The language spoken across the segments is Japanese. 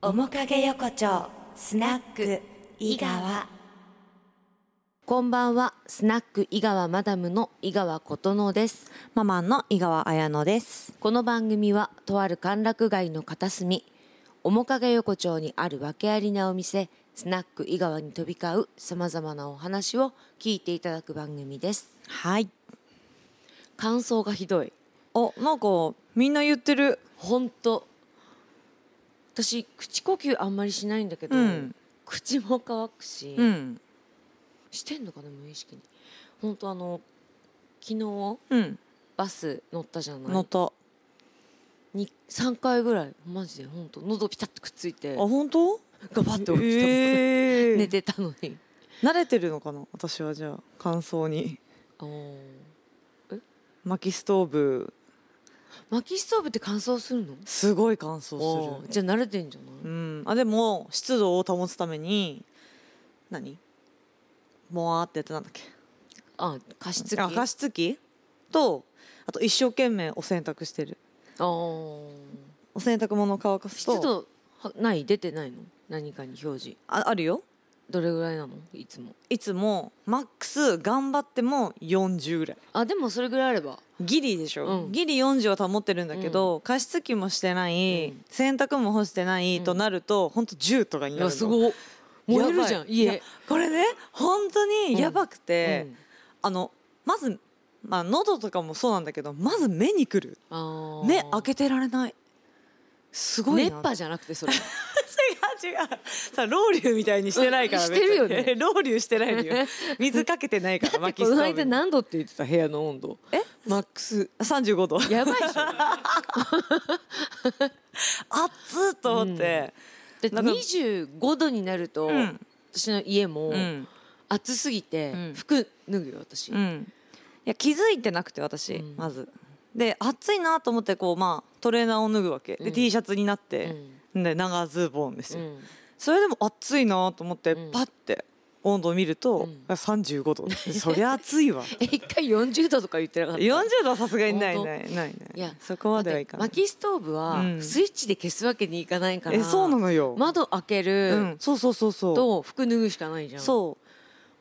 面影横丁スナック井川こんばんはスナック井川マダムの井川琴乃ですママンの井川彩乃です。この番組はとある歓楽街の片隅面影横丁にある訳ありなお店スナック井川に飛び交うさまざまなお話を聞いていただく番組ですはい。感想がひどいお、なんかみんな言ってる。本当私口呼吸あんまりしないんだけど、うん口も乾くし、ん。してんのかな無意識に本当あの昨日うん。バス乗ったじゃなのいと。に3回ぐらいマジで本当喉ピタッとくっついてあ、本当？ガバッて起きたもん、え ー寝てたの に慣れてるのかな。私はじゃあ乾燥にあー薪ストーブ薪ストーブって乾燥するのすごい乾燥あすーる。じゃあ慣れてんじゃうない、ん。あ、でも湿度を保つために何？もわーってやつなんだっけ？あ加湿器あ、加湿器とあと一生懸命お洗濯してる。あーお洗濯物を乾かすと湿度はない出てないの何かに表示ああるよ。どれぐらいなのいつもいつもマックス頑張っても40ぐらいあでもそれぐらいあればギリでしょ、うんギリ40は保ってるんだけど、加湿器もしてない、うん洗濯も干してないとなると、ほんと10とかにいなるやのすごい燃えるじゃやんばいい家やこれね本当にやばくて、うんあのまず、まあ、喉とかもそうなんだけどまず目にくるあー目開けてられないすごい熱な波じゃなくてそ れ違う違うさ老流みたいにしてないからしてるよね別に 老流してない のよ水かけてないから薪こストのーブ間に何度って言ってた部屋の温度えマックス35度やばいでしょ だ熱っと思って、ってなんか25度になると、うん私の家もうん暑すぎて、うん服脱ぐよ私、うんいや気づいてなくて私、うんまずで暑いなと思ってこう、まあ、トレーナーを脱ぐわけで、うん T シャツになって、で長ズボンですうよ、んそれでも暑いなと思って、うんパッて温度を見ると、うん35度 そりゃ暑いわえ一回40度とか言ってなかった40度はさすがにない本当ないないないいやそこまではいかない薪ストーブはうんスイッチで消すわけにいかないから、えそうなのよ、窓開けうるん、そうそうそうそうと服脱ぐしかないじゃんそ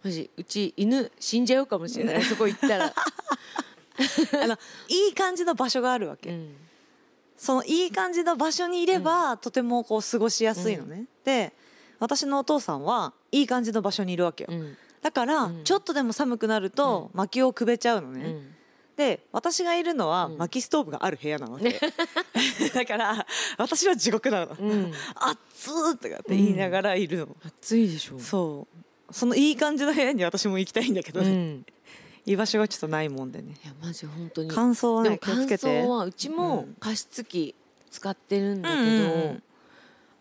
うマジうち犬死んじゃうかもしれ ないそこ行ったら、あのいい感じの場所があるわけ、うんそのいい感じの場所にいれば、とてもこう過ごしやすいのね、で私のお父さんはいい感じの場所にいるわけよ、うんだから、うんちょっとでも寒くなると、薪をくべちゃうのね、うんで私がいるのは、うん薪ストーブがある部屋なわけ だから私は地獄なの、 うん熱っとかって言いながらいるの、暑いでしょそうそのいい感じの部屋に私も行きたいんだけどうね、ん居場所がちょっとないもんでねいやマジ本当に乾燥はでねも気を乾つけて燥はうちもうん加湿器使ってるんだけど、うんうんうん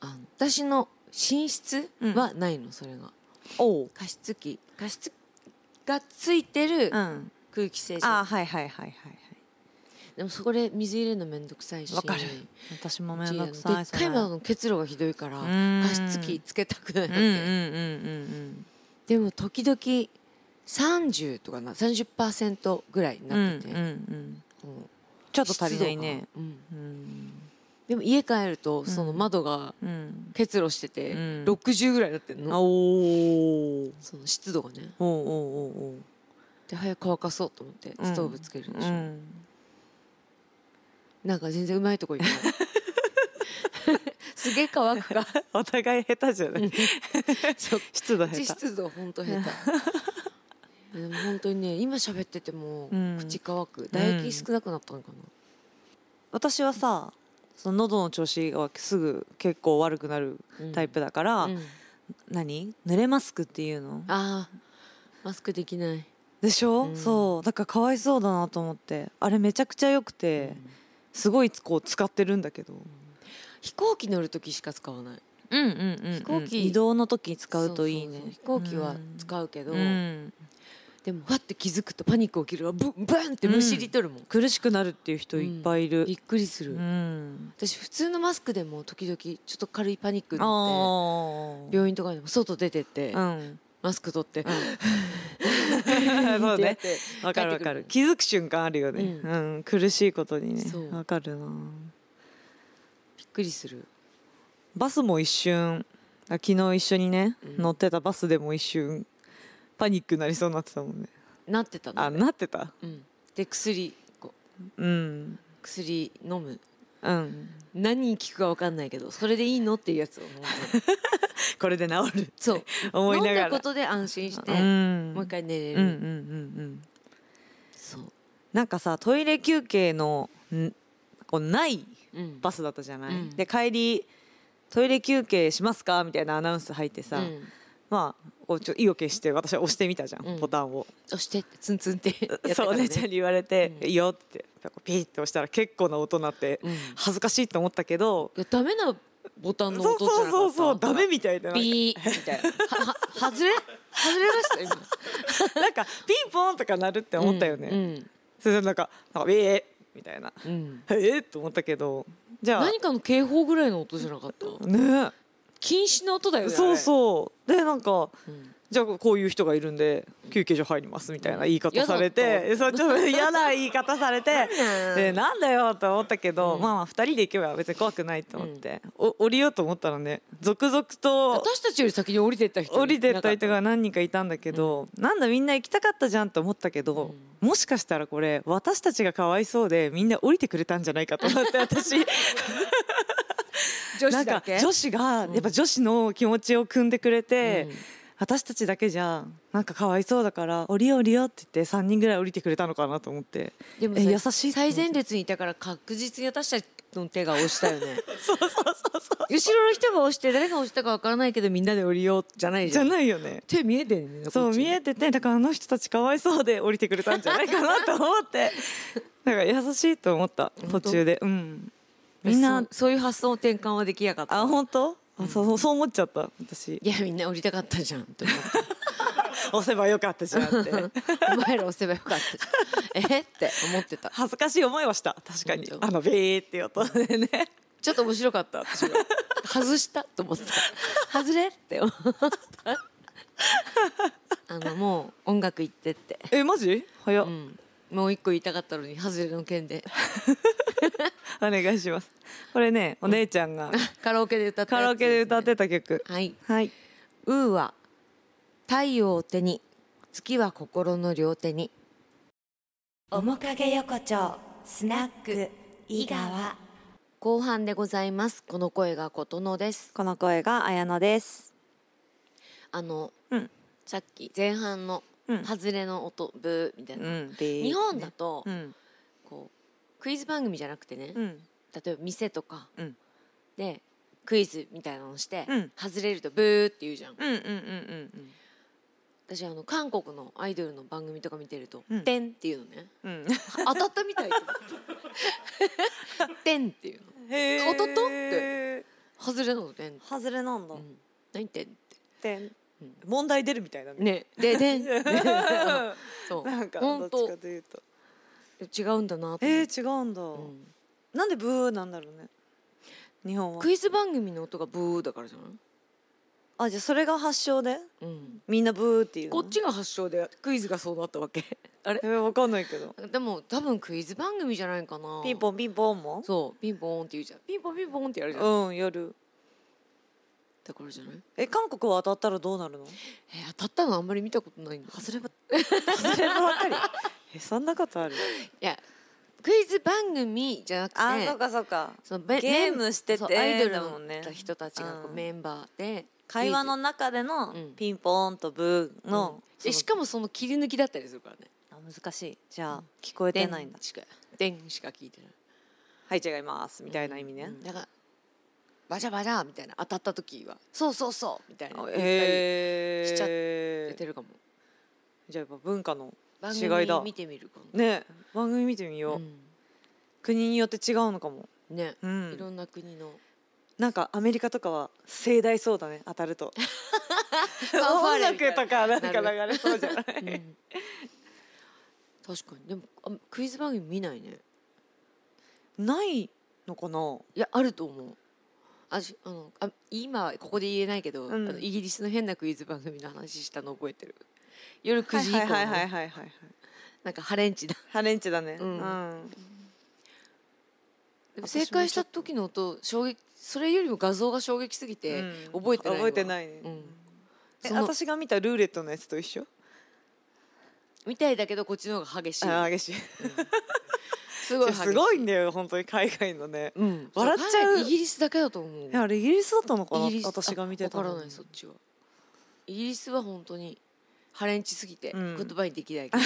あの私の寝室はないの、それがおう加湿器加湿がついてるうん空気清あ浄ーはいはいはいはいはいでもそこで水入れるのめんどくさいしわかる私もうめちんあどのくでさいっそかれい窓の結露がひどいからうーん加湿器つけたくないわうんけ、うんうんうんでも時々30とかな30%ぐらいにうんうんなってて、うんうんもうちょっと足りないね湿度がうんうんでも家帰るとその窓がうん結露してて、うん60ぐらいになってんあのおーその湿度がねおうおうおうおうで早く乾かそうと思ってストーブつけるでしょ、うん なんか全然うまいとこいかない すげえ乾くかお互い 下手じゃ ないそう湿度口下手湿度ほんと下手でも本当にね今喋っててもうん口乾く、唾液少なくなったのかな、私はさその喉の調子がすぐ結構悪くなるうんタイプだからうん何濡れマスクっていうのああマスクできない、でしうょんそうだからかわいそうだなと思ってあれめちゃくちゃ良くてすごいこう使ってるんだけど飛行機乗る時しか使わないうんうんうんうん飛行機移動の時に使うといいそねそそう飛行機はう使うけど、んうんでもわって気づくとパニック起きるわブンブンってむしり取るもん、苦しくなるっていう人いっぱいいるびっくりする、うん私普通のマスクでも時々ちょっと軽いパニックにあなってー病院とかでも外出てって、うんマスク取って、 そうってやっねてわかるわかる気づく瞬間あるよねううん苦しいことにそねうわかるなびっくりするバスも一瞬あ昨日一緒にね、うん乗ってたバスでも一瞬パニックになりそうになってたもんねなってたのあなってたうん、で薬こううん薬飲むうん何に効くか分かんないけどそれでいいのっていうやつを飲ん でこれで治るそう思いなが飲んだらことで安心して、うんもう一回寝れうる、んうんうんうんそう、なんかさトイレ休憩のんこうないうん、バスだったじゃない、うんで帰りトイレ休憩しますかみたいなアナウンス入ってさ、うんまあこうちょ意を決して私は押してみたじゃん、うんボタンを、押してってツンツンってやってそうお姉ちゃんに言われて「うんいいよ」ってピーって押したら結構な音鳴ってうん、い恥ずかしいと思ったけど、やダメなボタンのそう音じゃなかったそうそうそうダメみたいななんかビーみたいな はは外れ外れました今 なんかピンポンとか鳴るって 思ったよね、うんそれでなんか「なんかええみたいなうんうん「えっ?」と思ったけどじゃあ何かの警報ぐらいの音じゃなかったね禁止の音だよねそうそうでなんかう、うんじゃあこういう人がいるんで休憩所入りますみたいな言い方され嫌だてそうち ょっと嫌な言い方されてなんでなんだよと思ったけど、うんまあまあ2人で行けば別に怖くないと思って、お降りようと思ったらね続々と私たちより先に降りてった人降りてった人がが何人かいたんだけど、なんだみんな行きたかったじゃんと思ったけど、もしかしたらこれ私たちがかわいそうでみんな降りてくれたんじゃないか と思って私。女な子んだかけ女子がやっぱ女子の気持ちを汲んでくれて、うん私たちだけじゃなんかかわいそうだから降りよう降りようって言って3人ぐらい降りてくれたのかなと思ってでもえさ優しい最前列にいたから確実に私たちの手が押したよね後ろの人が押して誰が押したかわからないけどみんなで降りようじゃないじじゃゃんないよね手見えてんねそう見ええててだからあの人たちかわいそうで降りてくれたんじゃないかなと思ってなんか優しいと思った途当中でうんみんなそうそういう発想の転換はできなかったあ本当、あそうそうそう思っちゃった私いやみんな降りたかったじゃんと 思って押せばよかったじゃんってお前ら押せばよかったじゃんえって思ってた 恥ずかしい思いはした確かに本当あのビーって音でねちょっと面白かった私は外したと思った外れって思ったあのもう音楽行ってってえマジ早っ、うんもう一個言いたかったのに外れの件でお願いしますこれねお姉ちゃんがカラオケで歌った カラオケで歌っててた曲はいはい「うーは太陽を手に月は心の両手に面影横丁スナック井川」後半でございますこの声が琴乃ですこの声が綾乃ですあの、うんさっき前半のうん外れの音、ブーみたいな、ん日日本だと、うんこうクイズ番組じゃなくてね、うん例えば店とかうんでクイズみたいなのをして、うん外れるとブーって言うじゃんうんうんうん私あの韓国のアイドルの番組とか見てると「うんてん」っていうのねうんうん当たったみたいと 思って「てん」っていうのへおととて外れなの「てん」外れなんだうん何「てん」ってってうん問題出るみたいなねねで「てん」 そう なんかど本っちか当というと違うんだなと思えってー違うんだうんなんでブーなんだろうね日本はクイズ番組の音がブーだからじゃない、あじゃあそれが発祥でうん、みんなブーっていうのこっちが発祥でクイズがそうなったわけあれえーわかんないけど でも多分クイズ番組じゃないかなピンポンピンポンもそうピンポーンって言うじゃんピンポンピンポーンってやるじゃん、うんやるだからじゃないえ韓国は当たったらどうなるのえー当たったのあんまり見たことないんだ外れば外ればばかり えそんなことあるいやクイズ番組じゃなくてあ、そうかそうかそのべゲーメンムしててそうアイドルだもんねの人たちがこううんメンバーで会話の中でのうんピンポーンとブーのの、でしかもその切り抜きだったりするからねも難しいじゃあ聞こえてないんだしかでんしか聞いてないはい違いますみたいな意味ねうんだからバジャバジャみたいな当たった時はそうそうそうみたいなえしちゃっ言えってるかもじゃあやっぱ文化の番違いだ組見てみるかもね番組見てみよう、国によって違うのかもうんねういろんんな国のなんかアメリカとかは盛大そうだね当たると ファンファー音レみたい楽なとかなんかなる流れそうじ ゃないうん確かにでもあクイズ番組見ないねないのかないやあると思うあしあのあ今はここで言えないけど、うんあのイギリスの変なクイズ番組の話したの覚えてる夜9時以はい降のはいはいはいはいはいなんかハレンチだハレンチだねううんん、でも私も正解した時の音衝撃それよりも画像が衝撃すぎてうん覚えてないわ、覚えてないねうん、えその私が見たルーレットのやつと一緒みたいだけどこっちの方が激しいあー激しいすごい激しいすごいんだよ本当に海外のねうん、笑っちゃう海外イギリスだけだと思うえあれイギリスだったのかなイギリス私が見てたあのわからないそっちはイギリスは本当にハレンチすぎてうん言葉にできないけど、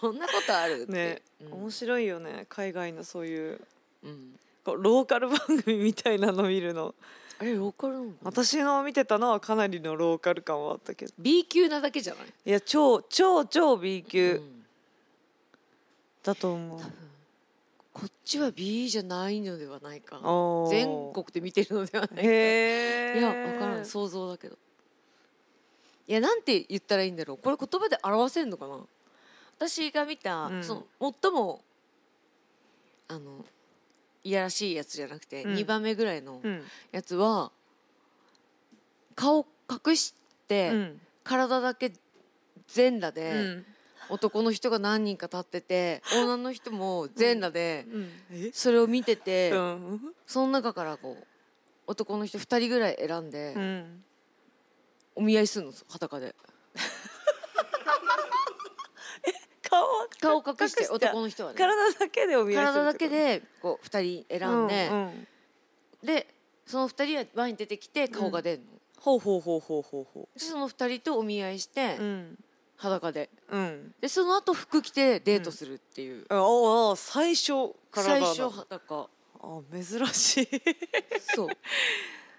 そんなことあるって、ね、うん面白いよね海外のそういううんこうローカル番組みたいなの見るのあれローカルなのかな私の見てたのはかなりのローカル感はあったけど B 級なだけじゃない、いや超超超 B う級んだと思う、こっちは B じゃないのではないかおー全国で見てるのではないかへえいや分からん想像だけどいやなんて言ったらいいんだろうこれ言葉で表せるのかな私が見た、うんその最もあのいやらしいやつじゃなくて、うん2番目ぐらいのうん、やつは、顔隠して、うん体だけ全裸で、うん男の人が何人か立って て女の人も全裸で、えそれを見てて、うんその中からこう男の人2人ぐらい選んで。うんお見合いするの裸で顔顔隠して隠して男の人はね体だけでお見合いする体っだてけことでこう2人選んで、うんうんでその2人は前に出てきて顔が出るの、ほうほうほうほうほうほでその2人とお見合いして、ううん裸でうんでその後服着てデートするっていう、あああ最初から最だな初裸あ珍しい そう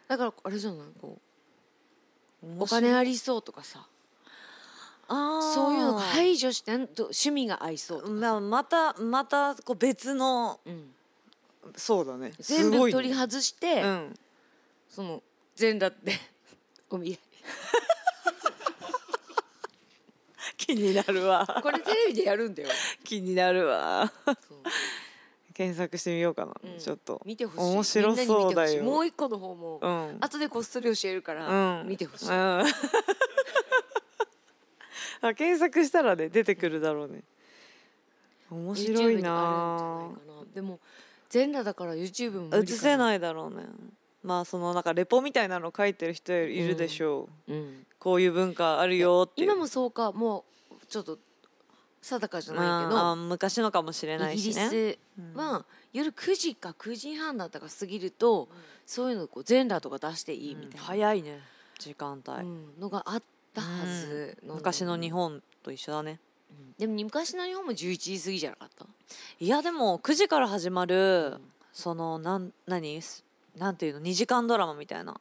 だからあれじゃないこう お面白い金ありそうとかさあーそういうのが排除してんと趣味が合いそうとか、まあ、またまたこう別のうんそうだね全部取り外して、うんその全裸で お見合い気になる わこれテレビでやるんだよ気になるわそう検索してみようかな、うんちょっと見てほしい面白そうみだんなに見てほしいもよう一個の方も、うん後でこっそり教えるかうらん見てほしい、うん あ検索したらね出てくるだろうね面白 YouTube いにあるんなじゃないかなでも全裸だから YouTube も無映理かせい、ないだろうねまあそのなんかレポみたいなの書いてる人いるでしょう、うんこういう文化あるよっていう今もそうかもうちょっと定かじゃないけあどあ昔のかもしれないイギしリねスは夜9時か9時半だったか過ぎると、そういうのこう全裸とか出していいみたいな、早いね時間帯、うんのがあったはずなに昔の日本と一緒だねでも昔の日本も11時過ぎじゃなかったいやでも9時から始まる、そのなん何すなんていうの2時間ドラマみたいな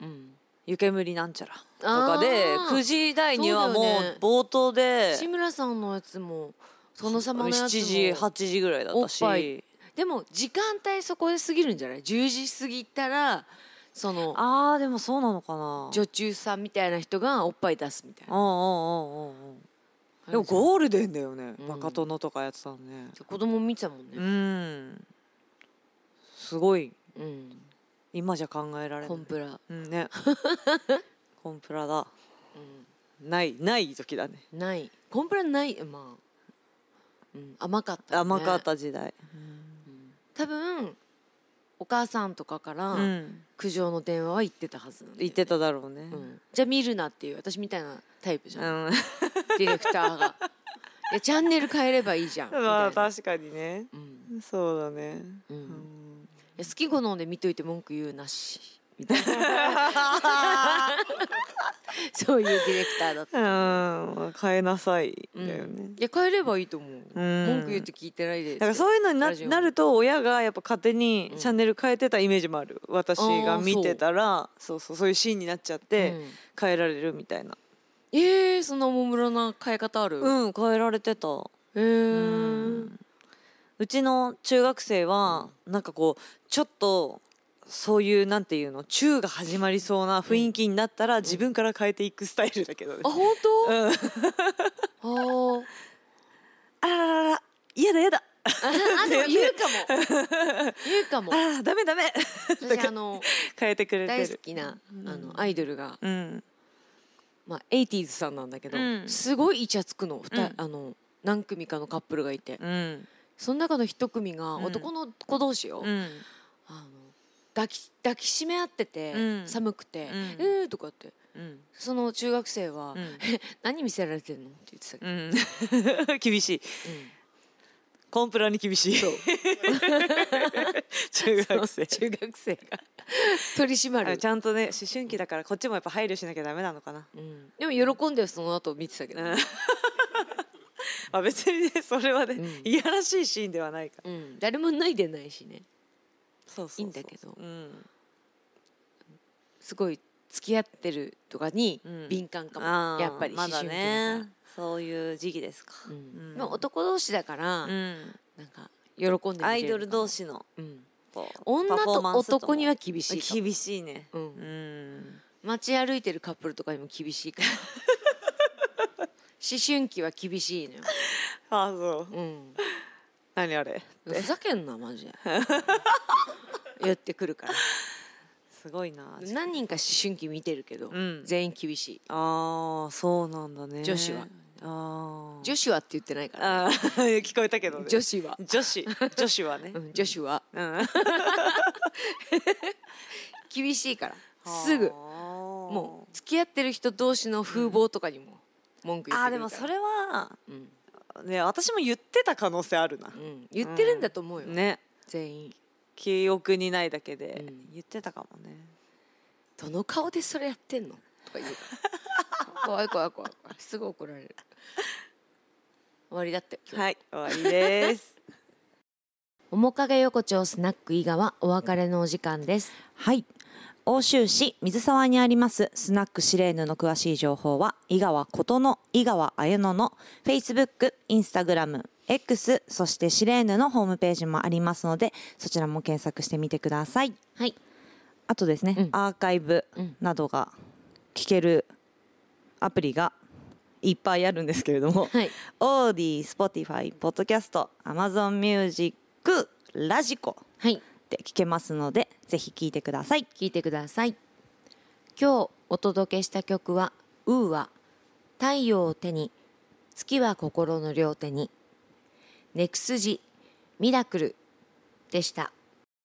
うん「湯煙なんちゃら」とかであー9時台にはそうもだよねう冒頭で志村さんのやつも殿様のやつも7時8時ぐらいだったおっぱいしでも時間帯そこで過ぎるんじゃない10時過ぎたらそのあーでもそうなのかな女中さんみたいな人がおっぱい出すみたいうんなうんうんうんうんでーもゴールデンだよね、うんバカ殿とかやってたのね子供見てたもんうね、んすごいうん、今じゃ考えられなコいンプラ、うんねコンプラだないない時だねうん、ないコンプラないまあ、うん、甘かったよね、甘かった時代多分お母さんとかかうらん苦情の電話は言ってたはずなんだよ言ってただろうねうん、じゃあ見るなっていう私みたいなタイプじうゃん、んディレクターが「いやチャンネル変えればいいじゃん」みたい まあな、確かにねうん、そうだねうんうんいや好き好んで見といて文句言うなしみたいな そういうディレクターだった、うん変えなさいうんだよねいや変えればいいと思う、文句言ってと聞いてないでだからそういうのになラジオもなると親がやっぱ勝手にうんチャンネル変えてたイメージもある私が見てたらそうそうそういうシーンになっちゃっうてん変えられるみたいなえー、そんなおもむろな変え方ある、へうん変えられてたえー、うちの中学生はなんかこうちょっとそういうなんていうの中が始まりそうな雰囲気になったら自分から変えていくスタイルだけどねあ本当、あーあらららら嫌だ嫌だああでも言うか も言うかもあらダメダメ私あの変えてくれ大て好るきなあのうんアイドルが、うんまあ、80s さんなんだけど、うんすごいイチャつくの、ふたうんあの何組かのカップルがいて、うんその中の一組がうん男の子同士を、うんあの抱き抱きしめ合ってて、うん寒くてうん「えー」とかってうんその中学生は「うんえ何見せられてるの?」って言ってたけうん 厳しいど、うんコンプラに厳しい 中学生中学生が 取り締まあるちゃんとね思春期だからこっちもやっぱ配慮しなきゃダメなのかな、うんでも喜んでその後見てたけど、うんまあ、別にねそれはね、うんいやらしいシーンではないからうん誰も脱いでないしねそうそういいんだけどうん、すごい付き合ってるとかにうん敏感かも、あーやっぱりま思だ春期だから、ねそういう時期ですか、うんうんまあ、男同士だから、うんなんか喜んで見れるアイドル同士、士のうん、こう女パフォーとマンスも男には厳しいかも厳しいねうんうん街歩いてるカップルとかにも厳しい から思春期は厳しいのよ、ああそううん、何あれふざけんなマジで 言ってくるからすごいな何人か思春期見てるけど、うん全員厳しいああそうなんだね女子はああ女子はって言ってないから、あー 聞こえたけどね女子は、女子女子はねうん、女子はうん 厳しいからすぐもう付き合ってる人同士の風貌とかにも文句言あっーてくでるもから、それはうんね私も言ってた可能性あるなうん言ってるんだと思うよ、ね全員記憶にないだけでうん言ってたかもねどの顔でそれやってんのと か言うから怖い怖い怖い怖いすぐ怒られる終わりだってはい終わりです面影横丁スナック伊賀はお別れのお時間です はい欧州市水沢にありますスナックシレーヌの詳しい情報は井川琴乃井川綾乃の Facebook、Instagram、X そしてシレーヌのホームページもありますのでそちらも検索してみてくださいはいあとですね、うんアーカイブうんなどが聞けるアプリがいっぱいあるんですけれども、はいオーディ、スポティファイ、ポッドキャスト、アマゾンミュージック、ラジコはいで聞けますのでぜひ聞いてください。聞いてください今日お届けした曲は「ウーは太陽を手に月は心の両手に」「ネクスジミラクル」でした